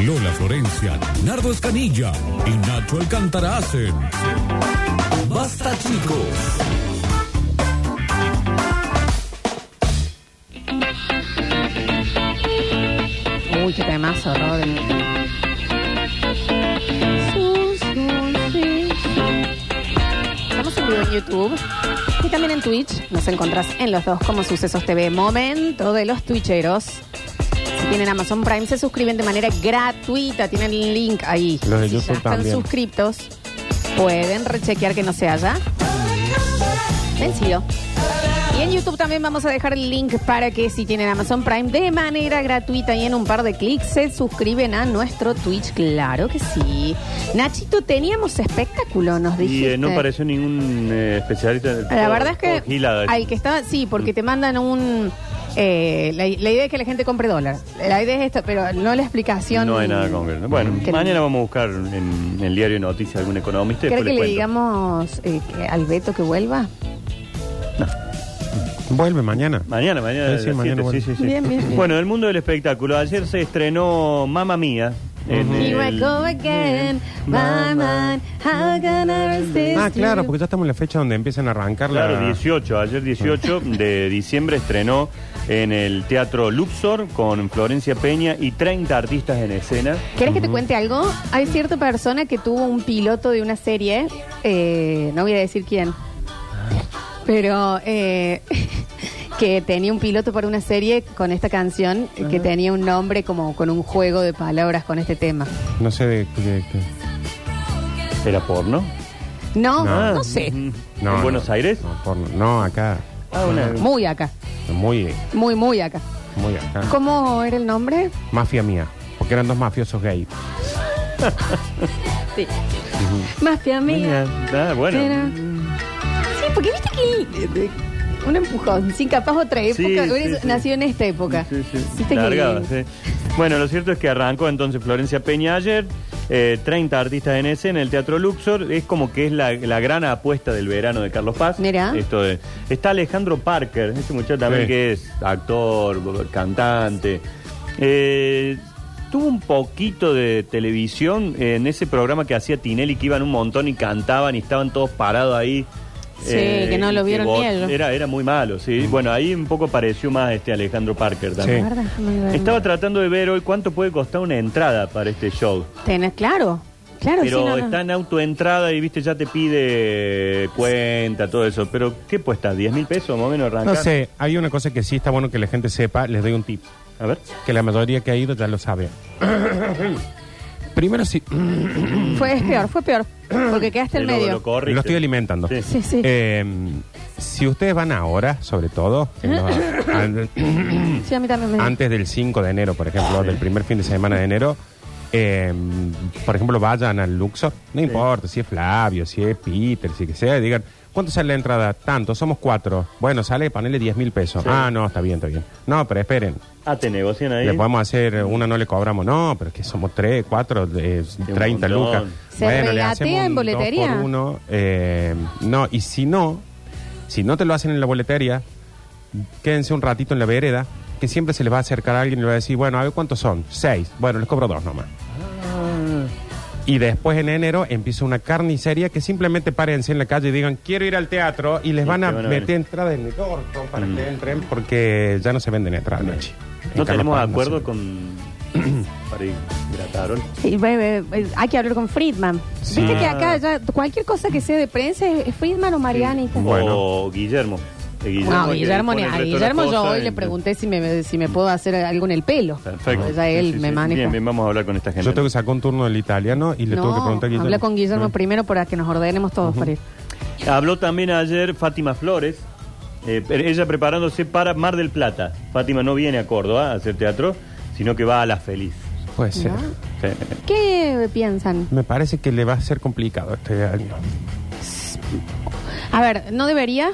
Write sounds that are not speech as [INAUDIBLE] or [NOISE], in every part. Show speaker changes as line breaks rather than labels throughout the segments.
Lola Florencia, Nardo Escanilla y Nacho Alcántara hacen. Basta chicos.
Uy, qué temazo, Rodri. Sus dulces. Estamos en vivo en YouTube y también en Twitch. Nos encontrás en los dos como Sucesos TV. Momento de los Twitcheros. Si tienen Amazon Prime, se suscriben de manera gratuita. Tienen el link ahí.
Los de
si ya
YouTube
están
también.
suscriptos, pueden rechequear que no se haya vencido. Y en YouTube también vamos a dejar el link para que si tienen Amazon Prime de manera gratuita y en un par de clics se suscriben a nuestro Twitch. Claro que sí. Nachito, teníamos espectáculo, nos
Y
dijiste.
eh, no apareció ningún eh, especialista. del
La
todo-
verdad es que
todo gilada.
al que estaba, sí,
Mm.
porque te mandan un... eh, la, la idea es que la gente compre dólar. La idea es esto, pero no la explicación.
No hay nada concreto. Bueno,
Que-
mañana vamos a buscar en, en el diario de noticias algún economista. y
¿Cree
después
que le
cuento.
digamos eh, que al Beto que vuelva?
Vuelve mañana.
Mañana, mañana.
Sí, sí,
a las
mañana,
siete,
bueno.
sí, sí, sí.
Bien, bien, bien.
Bueno, el mundo del espectáculo. Ayer se estrenó Mamma Mía. en
Here I
el-
go again, my mind, how can I resist
Ah, claro,
you?
porque ya estamos en la fecha donde empiezan a arrancar la...
Claro, 18, ayer 18 de diciembre estrenó en el Teatro Luxor con Florencia Peña y 30 artistas en escena.
¿Querés que te cuente algo? Hay cierta persona que tuvo un piloto de una serie, eh, no voy a decir quién, pero eh, [LAUGHS] que tenía un piloto para una serie con esta canción, eh, que tenía un nombre como con un juego de palabras con este tema.
No sé de... de- de-
¿Era porno?
No,
No.
no,
[LAUGHS]
sé,
Ujú.
No,
¿En
no.
Buenos Aires?
No, porno. No, acá.
Ah, una-
muy acá,
Muy,
muy, muy acá.
muy acá.
¿Cómo era el nombre?
Mafia mía. Porque eran dos mafiosos gay.
Sí. Mafia mía.
Ah, bueno.
Sí, porque viste que eh, de- de- un empujón, sin capaz otra época,
Sí, sí,
hubiera
sí.
nació en esta época.
Sí, sí.
Viste que-
Largada, sí. Bueno, lo cierto es que arrancó entonces Florencia Peña ayer, eh, 30 artistas en escena en el Teatro Luxor. Es como que es la, la gran apuesta del verano de Carlos Paz.
Mirá.
Esto de- está Alejandro Parker, ese muchacho también
Sí.
que es actor, cantante. Eh, tuvo un poquito de televisión en ese programa que hacía Tinelli, que iban un montón y cantaban y estaban todos parados ahí. Eh,
Sí, que no lo
y
vieron ni
vos-
ellos.
Era, era muy malo, sí.
Mm.
Bueno, ahí un poco apareció más este Alejandro Parker también.
Sí.
Guarda, déjame ver.
Estaba tratando de ver hoy cuánto puede costar una entrada para este show.
Tenés, claro, claro,
pero
sí, no, no.
está en autoentrada y viste, ya te pide cuenta, todo eso. Pero, ¿qué cuesta? ¿10 mil pesos más o menos arrancar?
No sé, hay una cosa que sí está bueno que la gente sepa. Les doy un tip.
A ver.
Que la mayoría que ha ido ya lo sabe. [COUGHS] Primero,
[CLEARS THROAT]
si, [COUGHS]
Fue es peor, fue peor, porque quedaste
Eh,
en
lo-
medio.
lo corrige.
Lo estoy alimentando.
Sí.
sí, sí.
Eh, si ustedes van ahora, sobre todo,
[COUGHS]
en los- an-
sí, a mí también me
antes del 5 de enero, por ejemplo, del primer fin de semana de enero, eh, por ejemplo, vayan al Luxor, no importa si es Flavio, si es Peter, si que sea, y digan, ¿cuánto sale la entrada? Tanto, somos cuatro. Bueno, sale, ponele 10 mil pesos.
Sí.
Ah, no, está bien, está bien. No, pero esperen,
Ah, te negocian ahí.
le podemos hacer, eh, una no le cobramos, no, pero es que somos tres, cuatro, eh,
un
30 lucas.
montón.
¿Se
le
regatea
hacemos un
en
dos
boletería?
por uno, eh, no, y si no, si no te lo hacen en la boletería, quédense un ratito en la vereda, que siempre se les va a acercar a alguien y le va a decir, bueno, a ver cuántos son, seis, bueno, les cobro dos nomás.
Ah.
Y después en enero empieza una carnicería que simplemente párense en la calle y digan, quiero ir al teatro y les
Sí, Mm.
van a
te van a
meter
venir.
entradas en el orto para que entren porque ya no se venden entradas, Nachi. En
No
Carlos
tenemos
Paz no
acuerdo
se-
con. para ir gratarol.
Sí, bebe, bebe, hay que hablar con Friedman.
Sí.
Viste que
Ah.
acá ya cualquier cosa que sea de prensa es es Friedman o Marianita.
O Guillermo. Eh,
No,
que
Guillermo,
pone
ni-
el
a
resto de
Guillermo
las
yo
cosas
hoy
en-
le pregunté si me, si me puedo hacer algo en el pelo.
Perfecto.
Ya él
Sí, sí,
me
sí.
maneja.
Bien, bien, vamos a hablar con esta gente.
Yo tengo que sacar un turno del italiano y le tengo que
No,
preguntar a Guillermo.
habla con Guillermo
Ah.
primero para que nos ordenemos todos para ir.
Habló también ayer Fátima Flores, eh, pero ella preparándose para Mar del Plata. Fátima no viene a Córdoba a hacer teatro, sino que va a La Feliz. eh,
Puede ser.
Mirá.
Sí.
¿Qué piensan?
Me parece que le va a ser complicado este año.
A ver, no debería,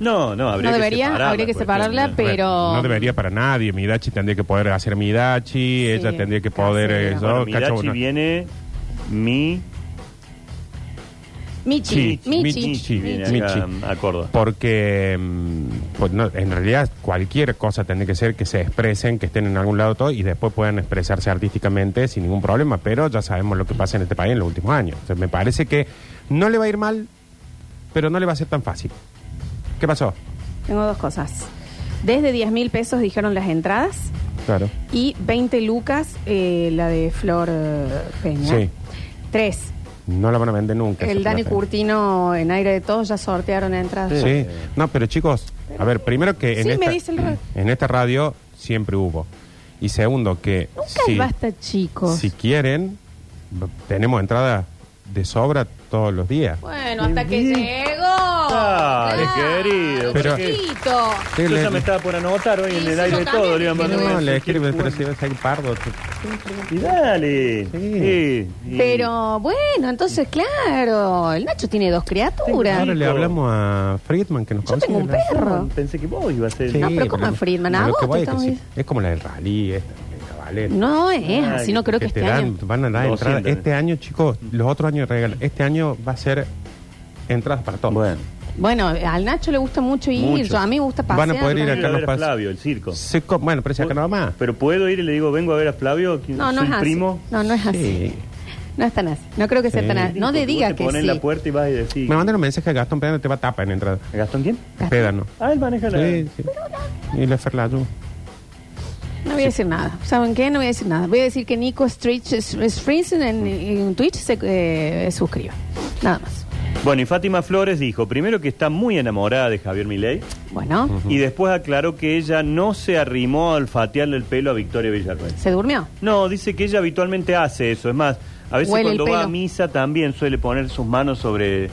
No, no, habría
no
que
debería,
separarla.
habría que
pues,
separarla,
sí,
pero...
No debería para nadie. Midachi tendría que poder hacer Midachi. ella tendría que poder.
casero.
eh, yo, cacho,
Bueno, Mirachi
no.
viene mi...
Michi.
Michi.
Michi.
Michi viene
Michi.
acá, a Córdoba.
Porque, mm, pues, no, en realidad, cualquier cosa tendría que ser que se expresen, que estén en algún lado todo y después puedan expresarse artísticamente sin ningún problema. Pero ya sabemos lo que pasa en este país en los últimos años. O sea, me parece que no le va a ir mal, pero no le va a ser tan fácil. ¿Qué pasó?
Tengo dos cosas. Desde 10 mil pesos dijeron las entradas
Claro.
y 20 lucas eh, la de Flor eh, Peña.
Sí.
Tres.
No la van a vender nunca.
El
esa
Dani
plata.
Curtino en aire de todos ya sortearon entradas.
Sí. No, pero chicos, a ver, primero que en,
Sí, me
esta,
dice
[CLEARS THROAT]
el radio.
en esta radio siempre hubo. Y segundo que
Nunca
si,
hay basta, chicos.
si quieren, b- tenemos entrada de sobra todos los días.
Bueno, hasta que llegó. Claro,
querido,
pero-
chiquito.
Sí,
Yo
le-
ya me estaba por anotar hoy en
Sí,
el
yo
aire de
también
todo. Le iba a
dije,
mandar un
No, le
mensaje.
escribe, pero si es el pardo. te-
Y dale.
Sí.
Sí, y-
Pero bueno, entonces claro, el Nacho tiene dos criaturas.
Ahora le hablamos a Friedman que nos
Yo tengo un
consigue la-
perro.
Pensé que vos ibas a ser.
Sí,
No, pero ¿cómo a Friedman? ¿A
lo
vos te
que voy es,
estamos
que sí,
diciendo?
es como la del rally, esta, la ballet.
No es así, no creo que, este
te dan-
año.
van a dar entradas.
200.
Este año, chicos, los otros años regalan. Este año va a ser entradas para todos.
Bueno.
Bueno, al Nacho le gusta mucho ir,
Mucho.
yo a mí me gusta pasear.
Van a poder ir
Yo
a
quiero ir a
Carlos
ver a
Paz.
Flavio, el circo.
Se co- bueno, pero si acá nada más.
Pero puedo ir y le digo, vengo a ver a Flavio, ¿quién-
No, no
soy
es así.
primo.
No, no es así.
Sí.
No es tan así. No creo que sea
Sí.
tan así. No
Porque
le
vos
diga
te
que
pones
sí.
en la puerta y vas a decir.
Me mandan un mensaje a Gastón Pedano te va a tapar en entrada.
¿Gastón quién?
Pedano.
Ah, él maneja la.
Sí, sí. Y la Ferlatu.
No voy a decir nada. ¿Saben qué? No voy a decir nada. Voy a decir que Nico Street es- es Friesen en, en Twitch se eh, suscriba. Nada más.
Bueno, y Fátima Flores dijo, primero que está muy enamorada de Javier Milei
Bueno,
y después aclaró que ella no se arrimó al fatearle el pelo a Victoria Villarreal.
se durmió.
No, dice que ella habitualmente hace eso, es más, a veces
Huele el
cuando va a
pelo.
misa también suele poner sus manos sobre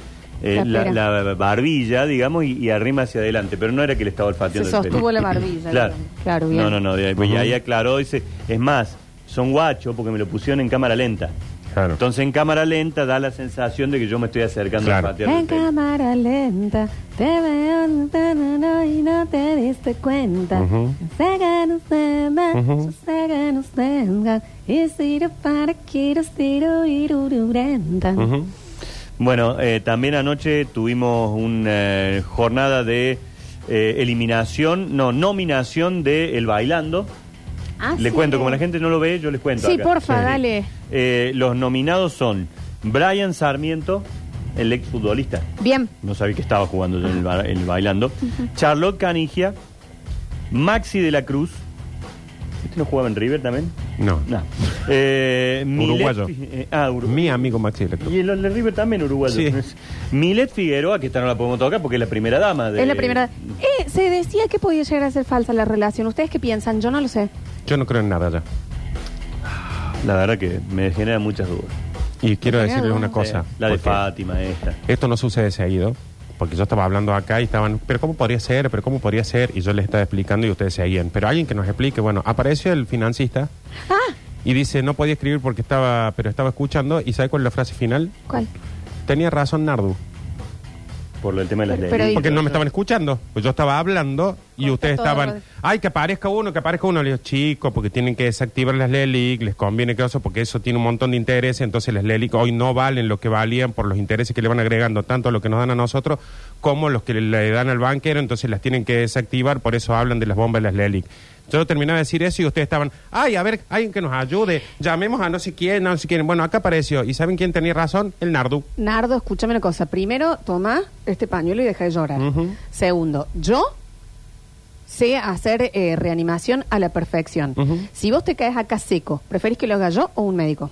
eh,
La
la,
pera.
la barbilla, digamos, y, y arrima hacia adelante, pero no era que le estaba olfateando
Se
el pelo.
sostuvo la
[CLEARS THROAT]
barbilla,
Claro,
digamos. Claro, bien.
No, no, no, de- pues,
Ujú.
y ahí aclaró, dice, es más, son guachos porque me lo pusieron en cámara lenta.
Claro.
Entonces en cámara lenta da la sensación de que yo me estoy acercando
Claro.
al fatear el
En
pelo.
cámara lenta, te veo na, na, na, y no te diste cuenta.
Ujú.
Sé que nos tengan,
Ujú.
yo sé que nos tengan, y siro para quiero, siro irururenta.
Ujú.
Bueno, eh, también anoche tuvimos una eh, jornada de eh, eliminación, no, nominación de El Bailando.
Ah,
Le
sí.
cuento, como la gente no lo ve, yo les cuento.
Sí,
acá.
porfa, dale.
Eh, los nominados son Brian Sarmiento, el exfutbolista.
Bien,
No sabía que estaba jugando yo en el, ba- en
[LAUGHS]
el Bailando. Charlotte Canigia, Maxi de la Cruz. ¿Este no jugaba en River también?
No.
No. Eh, Milet-
Uruguayo.
eh, ah, Uruguayo.
Mi amigo Maxi Electro.
Y el de River también uruguayo.
Sí.
[LAUGHS] Milet Figueroa, que esta no la podemos tocar porque es la primera dama. De...
es la primera. Eh, se decía que podía llegar a ser falsa la relación. ¿Ustedes qué piensan? Yo no lo sé.
Yo no creo en nada ya.
La verdad que me genera muchas dudas.
Y quiero
Pero,
decirles una
eh,
cosa.
Eh, la de
porque
Fátima, esta.
Esto no sucede seguido. Porque yo estaba hablando acá y estaban, pero ¿cómo podría ser? ¿Pero cómo podría ser? Y yo les estaba explicando y ustedes seguían. Pero alguien que nos explique, bueno, apareció el financista
Ah,
y dice, no podía escribir porque estaba, pero estaba escuchando. ¿Y sabe cuál es la frase final?
¿cuál?
Tenía razón Nardu.
Por el tema de las
Pero-
leyes.
pero-
Porque no me estaban escuchando. Pues yo estaba hablando y
Corta
ustedes
todo,
estaban.
Rodri.
Ay, que aparezca uno, que aparezca uno. Le digo, chicos, porque tienen que desactivar las LELIC, les conviene que eso, porque eso tiene un montón de intereses. Entonces las LELIC hoy no valen lo que valían por los intereses que le van agregando, tanto lo que nos dan a nosotros como los que le, le dan al banquero. Entonces las tienen que desactivar, por eso hablan de las bombas de las LELIC. Yo terminaba de decir eso y ustedes estaban, ay, a ver, alguien que nos ayude, llamemos a no sé quién, a no sé quién. Bueno, acá apareció. ¿Y saben quién tenía razón? El Nardu.
Nardo, escúchame una cosa. Primero, toma este pañuelo y deja de llorar.
Ujú.
Segundo, yo sé hacer eh, reanimación a la perfección.
Ujú.
Si vos te caes acá seco, ¿preferís que lo haga yo o un médico?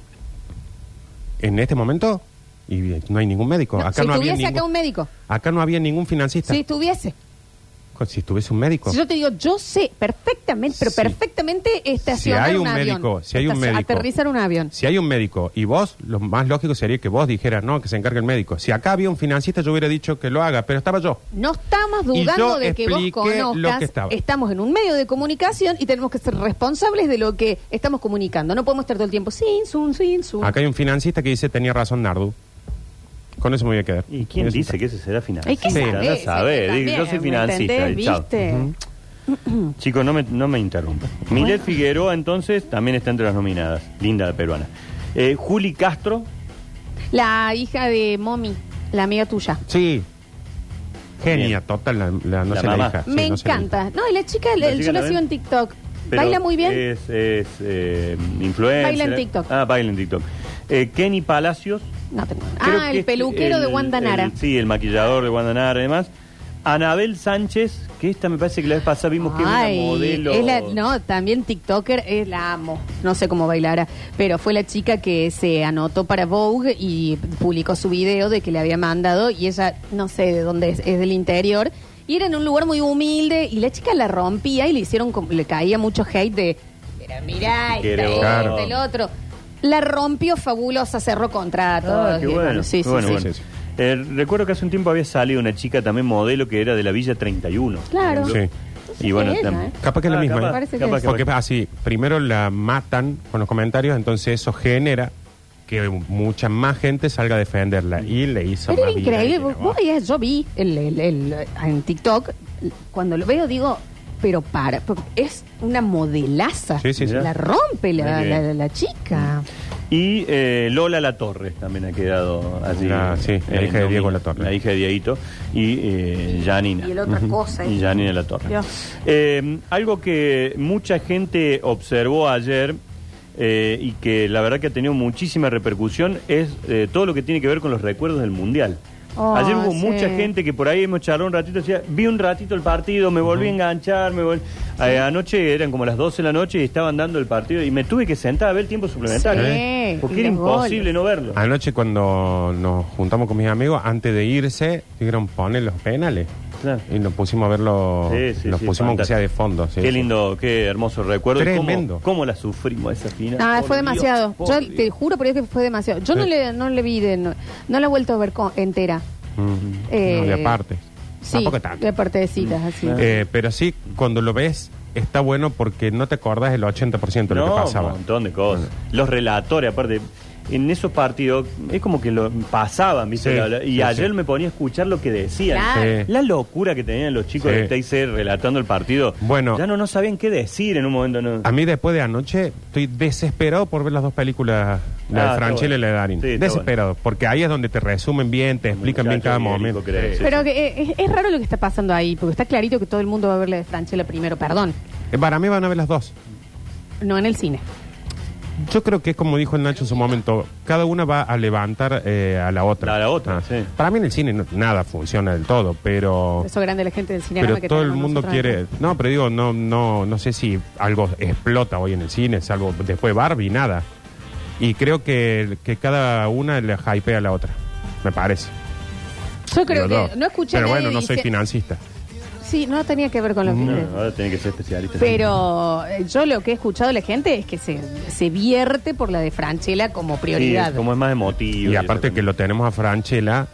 en este momento y bien, no hay ningún médico.
No,
acá
si
no había
tuviese
ningún,
acá un médico.
acá no había ningún financista.
Si estuviese.
Co- Si estuviese un médico.
Si yo te digo, yo sé perfectamente, pero
Sí.
perfectamente estacionar
Si hay un
avión.
médico, si hay un
Estaci-
médico.
Aterrizar un avión.
Si hay un médico y vos, lo más lógico sería que vos dijeras, no, que se encargue el médico. Si acá había un financista, yo hubiera dicho que lo haga, pero estaba yo.
No estamos
Y yo
dudando de que vos
expliqué lo
conozcas.
que estaba.
Estamos en un medio de comunicación y tenemos que ser responsables de lo que estamos comunicando. No podemos estar todo el tiempo sin, sun, sin, sun.
Acá hay un financista que dice, tenía razón Nardu. Con eso me voy a quedar.
¿Y quién
Eso
dice
está.
que ese será
Hay
financista?
que saber,
Andá a saber.
sí,
Digo, yo soy
también,
financista.
¿entendés?
y chao.
¿Viste?
Chicos, no me, no me interrumpan. Milet Figueroa, entonces, también está entre las nominadas. Linda la peruana. Eh, Juli Castro,
La hija de Momi. la amiga tuya.
Sí. Genia,
Bien.
total, la, la- no
La
se la
mamá.
hija. sí,
Me
no se la
encanta. No, y la chica,
¿La
el-
chica
yo la
la
sigo en
ven?
TikTok.
Pero
Baila muy bien.
Es, es eh, influencer.
Baila en TikTok.
Ah, baila en TikTok. Eh, Kenny Palacios.
No tengo-
creo
Ah,
que
el
es
peluquero de
el-
Wanda Nara.
el- sí, el maquillador de Wanda Nara, además. Anabel Sánchez, que esta me parece que la vez pasada vimos que
Ay,
es una modelo.
es la- no, también TikToker, eh, la amo. No sé cómo bailara, pero fue la chica que se anotó para Vogue y publicó su video de que le había mandado y ella, no sé de dónde es, es del interior. Y era en un lugar muy humilde y la chica la rompía y le hicieron, como- le caía mucho hate de, mira, mira,
Quiere
está
Claro.
este, el otro. La rompió fabulosa, cerró contrato.
Ah, qué
Y
bueno.
Sí,
qué
sí,
bueno,
sí.
Sí,
bueno.
sí.
Eh, recuerdo que hace un tiempo había salido una chica también modelo que era de la Villa 31.
Claro.
Sí.
Y bueno,
Sí, ella,
tam-
¿eh?
Capaz que es la
Ah,
misma,
capaz,
¿eh?
Parece que
capaz
es.
Porque así, primero la matan con los comentarios, entonces eso genera que mucha más gente salga a defenderla. Y le hizo
Pero era
más vida
increíble.
y la
Vos,
voz.
veías- yo vi el, el- el- en TikTok, cuando lo veo digo, pero para, porque es una modelaza.
Sí, sí, Mm. sí.
La rompe la,
Muy
la-
bien.
la chica.
Y eh, Lola La Torre también ha quedado allí.
Ah, sí, la
Eh,
hija de Diego
nomi-
Latorre.
La hija de Dieguito y eh, Janina.
Y el otra cosa,
Y
eh.
Janina La Torre.
Dios.
Eh, algo que mucha gente observó ayer eh, y que la verdad que ha tenido muchísima repercusión es eh, todo lo que tiene que ver con los recuerdos del Mundial.
Oh,
ayer hubo
sí.
mucha gente que por ahí hemos charlado un ratito, decía, vi un ratito el partido, me volví a enganchar, me volví... Eh, anoche eran como las 12 de la noche y estaban dando el partido y me tuve que sentar a ver el tiempo suplementario.
Sí,
¿eh? Porque
y
era
los
imposible
goles.
no verlo.
Anoche cuando nos juntamos con mis amigos, antes de irse, dijeron ponen los penales.
Claro.
Y nos pusimos a verlo,
Sí, sí,
los
sí,
Oh, pusimos aunque
fantástico.
sea de fondo. sí,
qué
sí.
lindo, qué hermoso recuerdo. y cómo-
Tremendo.
¿Cómo, la sufrimos esa final?
Ah,
Por
fue
Dios,
demasiado.
por
yo
Dios.
te juro, pero es que fue demasiado. Yo no
Sí.
le, no le vi, de- no, no la he vuelto a ver co- entera.
Mm.
Eh,
No, y aparte.
Sí,
Tampoco tanto.
de partecitas, así.
Eh, pero sí, cuando lo ves, está bueno porque no te acordás el 80% de lo
No,
que pasaba.
un montón de cosas. Los relatores, aparte, en esos partidos es como que lo pasaban, ¿viste?
Sí,
La- la- y
sí,
ayer
sí.
me ponía a escuchar lo que decían.
Claro.
Sí.
La locura que tenían los chicos
Sí.
de TIC relatando el partido.
Bueno.
Ya no, no sabían qué decir en un momento. No.
A mí después de anoche estoy desesperado por ver las dos películas, la
Ah,
de Franchella
está
y la de
bueno.
Darín.
Sí, está
desesperado, porque ahí es donde te resumen bien, te explican bien cada
Muchacho ibérico
momento.
que era.
Sí.
Pero que, eh, es, es raro lo que está pasando ahí, porque está clarito que todo el mundo va a verle de Franchella primero, perdón,
Eh, Para mí van a ver las dos.
no en el cine.
Yo creo que es como dijo el Nacho en su momento, cada una va a levantar eh, a la otra.
A la otra, sí.
Para mí en el cine no- nada funciona del todo, pero...
Eso grande la gente del cine.
Pero todo el mundo quiere... No, pero digo, no, no, no sé si algo explota hoy en el cine, salvo después Barbie, nada. Y creo que, que cada una le hypea a la otra, me parece.
Yo creo
Los
que
dos.
no escuché. a
Pero
nadie
bueno, no soy
dice-
financista.
Sí, no tenía que ver con los
No,
billetes.
ahora tiene que ser especialista.
Pero eh, yo lo que he escuchado de la gente es que se, se vierte por la de Franchella como
Sí,
prioridad.
como es más emotivo.
Y aparte que lo tenemos a Franchella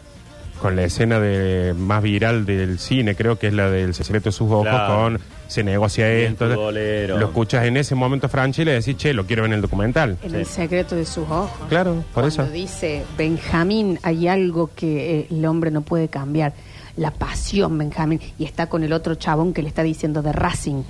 con la escena de más viral del cine, creo que es la del secreto de sus ojos
Claro.
con se negocia
Bien
esto.
futbolero.
Lo escuchas en ese momento a Franchella y decís, "Che, lo quiero ver en el documental."
en
Sí.
el secreto de sus ojos.
Claro, por
Cuando
eso.
dice, Benjamín, hay algo que eh, el hombre no puede cambiar. La pasión, Benjamín. Y está con el otro chabón que le está diciendo de Racing.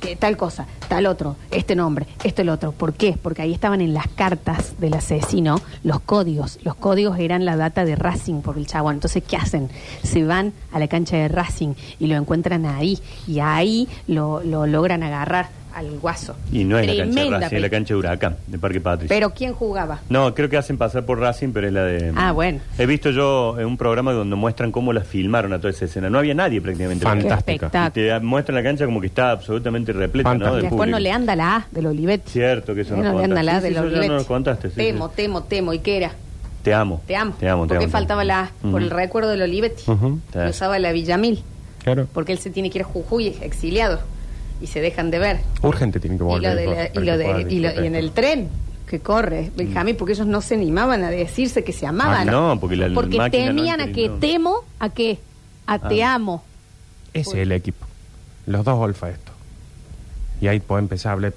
Que tal cosa, tal otro, este nombre, esto el otro. ¿Por qué? Porque ahí estaban en las cartas del asesino los códigos. Los códigos eran la data de Racing por el chabón. Entonces, ¿qué hacen? Se van a la cancha de Racing y lo encuentran ahí. Y ahí lo, lo logran agarrar al guaso.
Y no es la cancha
Tremenda
de Racing, es la
película.
cancha de Huracán, de Parque Patricio.
Pero ¿quién jugaba?
No, creo que hacen pasar por Racing, pero es la de...
Ah, bueno.
He visto yo eh, un programa donde muestran cómo la filmaron a toda esa escena. No había nadie prácticamente.
Qué
Fantástico. Fantástica.
Y
espectáculo.
te muestran la cancha como que está absolutamente repleta, ¿no?
Fantástico.
de
Después
público.
no le anda la A del Olivetti.
Cierto que eso
Eh,
no
le anda
contaste.
la A
Sí, sí,
del
eso ya
Olivetti.
no lo contaste, sí,
temo,
sí.
temo, temo. ¿Y qué era?
Te amo.
Te amo.
Te amo, te
Porque
amo.
faltaba la A por el
Ujú.
recuerdo del Olivetti.
Ujú.
Sí.
Y Usaba la Villamil.
Claro.
Porque él se tiene que ir a Jujuy, exiliado. Y se dejan de ver.
Urgente tiene que
Y,
volver.
lo de la- y, lo de- y lo- y en el tren que corre, Benjamín, porque ellos no se animaban a decirse que se amaban.
Mm. Ah, no, porque la- la máquina no
temían a
entendía,
que
no.
temo, a que a te
Ah.
amo.
Ese es el equipo. Los dos olfa esto. Y ahí puedes empezar a hablar de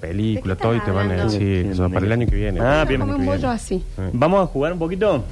¿De
películas,
qué
todo, y
estás
te van a
hablando?
decir,
Sí,
eso, para el año que viene.
Ah,
Era
bien,
como
bien,
un
bien.
bollo así.
¿Vamos a jugar un poquito?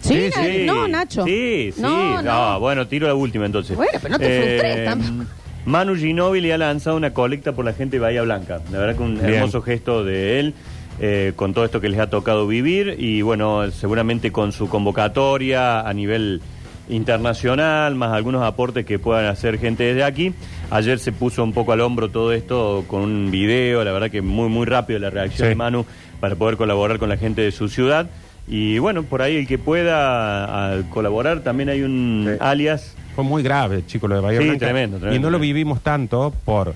Sí,
Sí,
na-
sí.
no, Nacho.
Sí, sí.
No, no.
Ah, bueno, tiro la última entonces. Eh,
Bueno, pero no te frustres tampoco.
Manu Ginóbili ha lanzado una colecta por la gente de Bahía Blanca. La verdad que un
Bien.
hermoso gesto de él. eh, con todo esto que les ha tocado vivir y bueno, seguramente con su convocatoria a nivel internacional, más algunos aportes que puedan hacer gente desde aquí. Ayer se puso un poco al hombro todo esto con un video, la verdad que muy, muy rápido la reacción
Sí.
de Manu para poder colaborar con la gente de su ciudad. Y bueno, por ahí el que pueda a, colaborar, también hay un
Sí.
alias.
Fue muy grave, chico, lo de Bahía
Sí,
Blanca.
tremendo, tremendo,
Y no lo
tremendo.
vivimos tanto por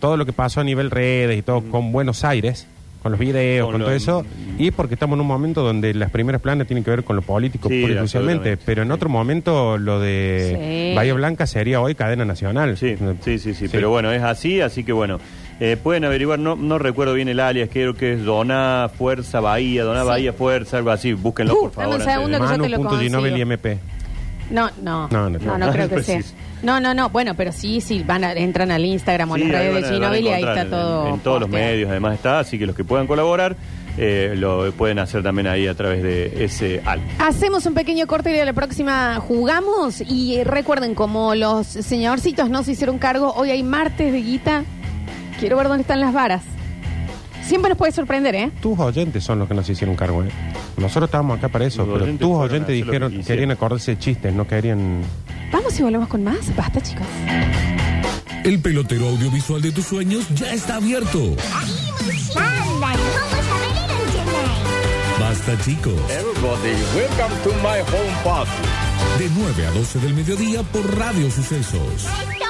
todo lo que pasó a nivel redes y todo con Buenos Aires, con los videos, con,
Mm. Con lo-
todo eso, y porque estamos en un momento donde las primeras planas tienen que ver con lo político,
Sí,
pura y exclusivamente.
absolutamente.
Pero en otro momento lo de
Sí.
Bahía Blanca sería hoy cadena nacional.
Sí, sí, sí, sí, Pero bueno, es así, así que bueno. eh, pueden averiguar, no, no recuerdo bien el alias, creo que es Dona Fuerza Bahía, Dona
Sí.
Bahía Fuerza, algo así. Búsquenlo,
Uh,
por favor.
dame un
antes de-
segundo que yo te lo
Manu.ginobili
consigo.
MP.
No, no,
No,
no,
no
no,
creo.
creo
[LAUGHS]
que sea.
Preciso.
No, no, no, bueno, pero sí, sí, van a, entran al Instagram o a
Sí,
las
ahí
redes
van a-
de
van a
Ginobili, ahí está
encontrar en-
todo.
En, todos los
posteado.
medios además está, así que los que puedan colaborar eh, lo pueden hacer también ahí a través de ese alias.
Hacemos un pequeño corte y a la próxima jugamos. Y eh, recuerden, como los señorcitos no se hicieron cargo, hoy hay martes de guita. Quiero ver dónde están las varas. Siempre nos puede sorprender, ¿eh?
Tus oyentes son los que nos hicieron cargo, ¿eh? Nosotros estábamos acá para eso,
Los
pero
oyentes
tus
fueron a
oyentes
hacer lo que
dijeron
quisieron.
querían acordarse de chistes, no querían...
Vamos y volvemos con más. Basta, chicos.
El pelotero audiovisual de tus sueños ya está abierto.
Sandali, vamos a ver el Chennai.
Basta chicos.
Everybody, welcome to my home party.
De 9 a 12 del mediodía por Radio Sucesos.
Esto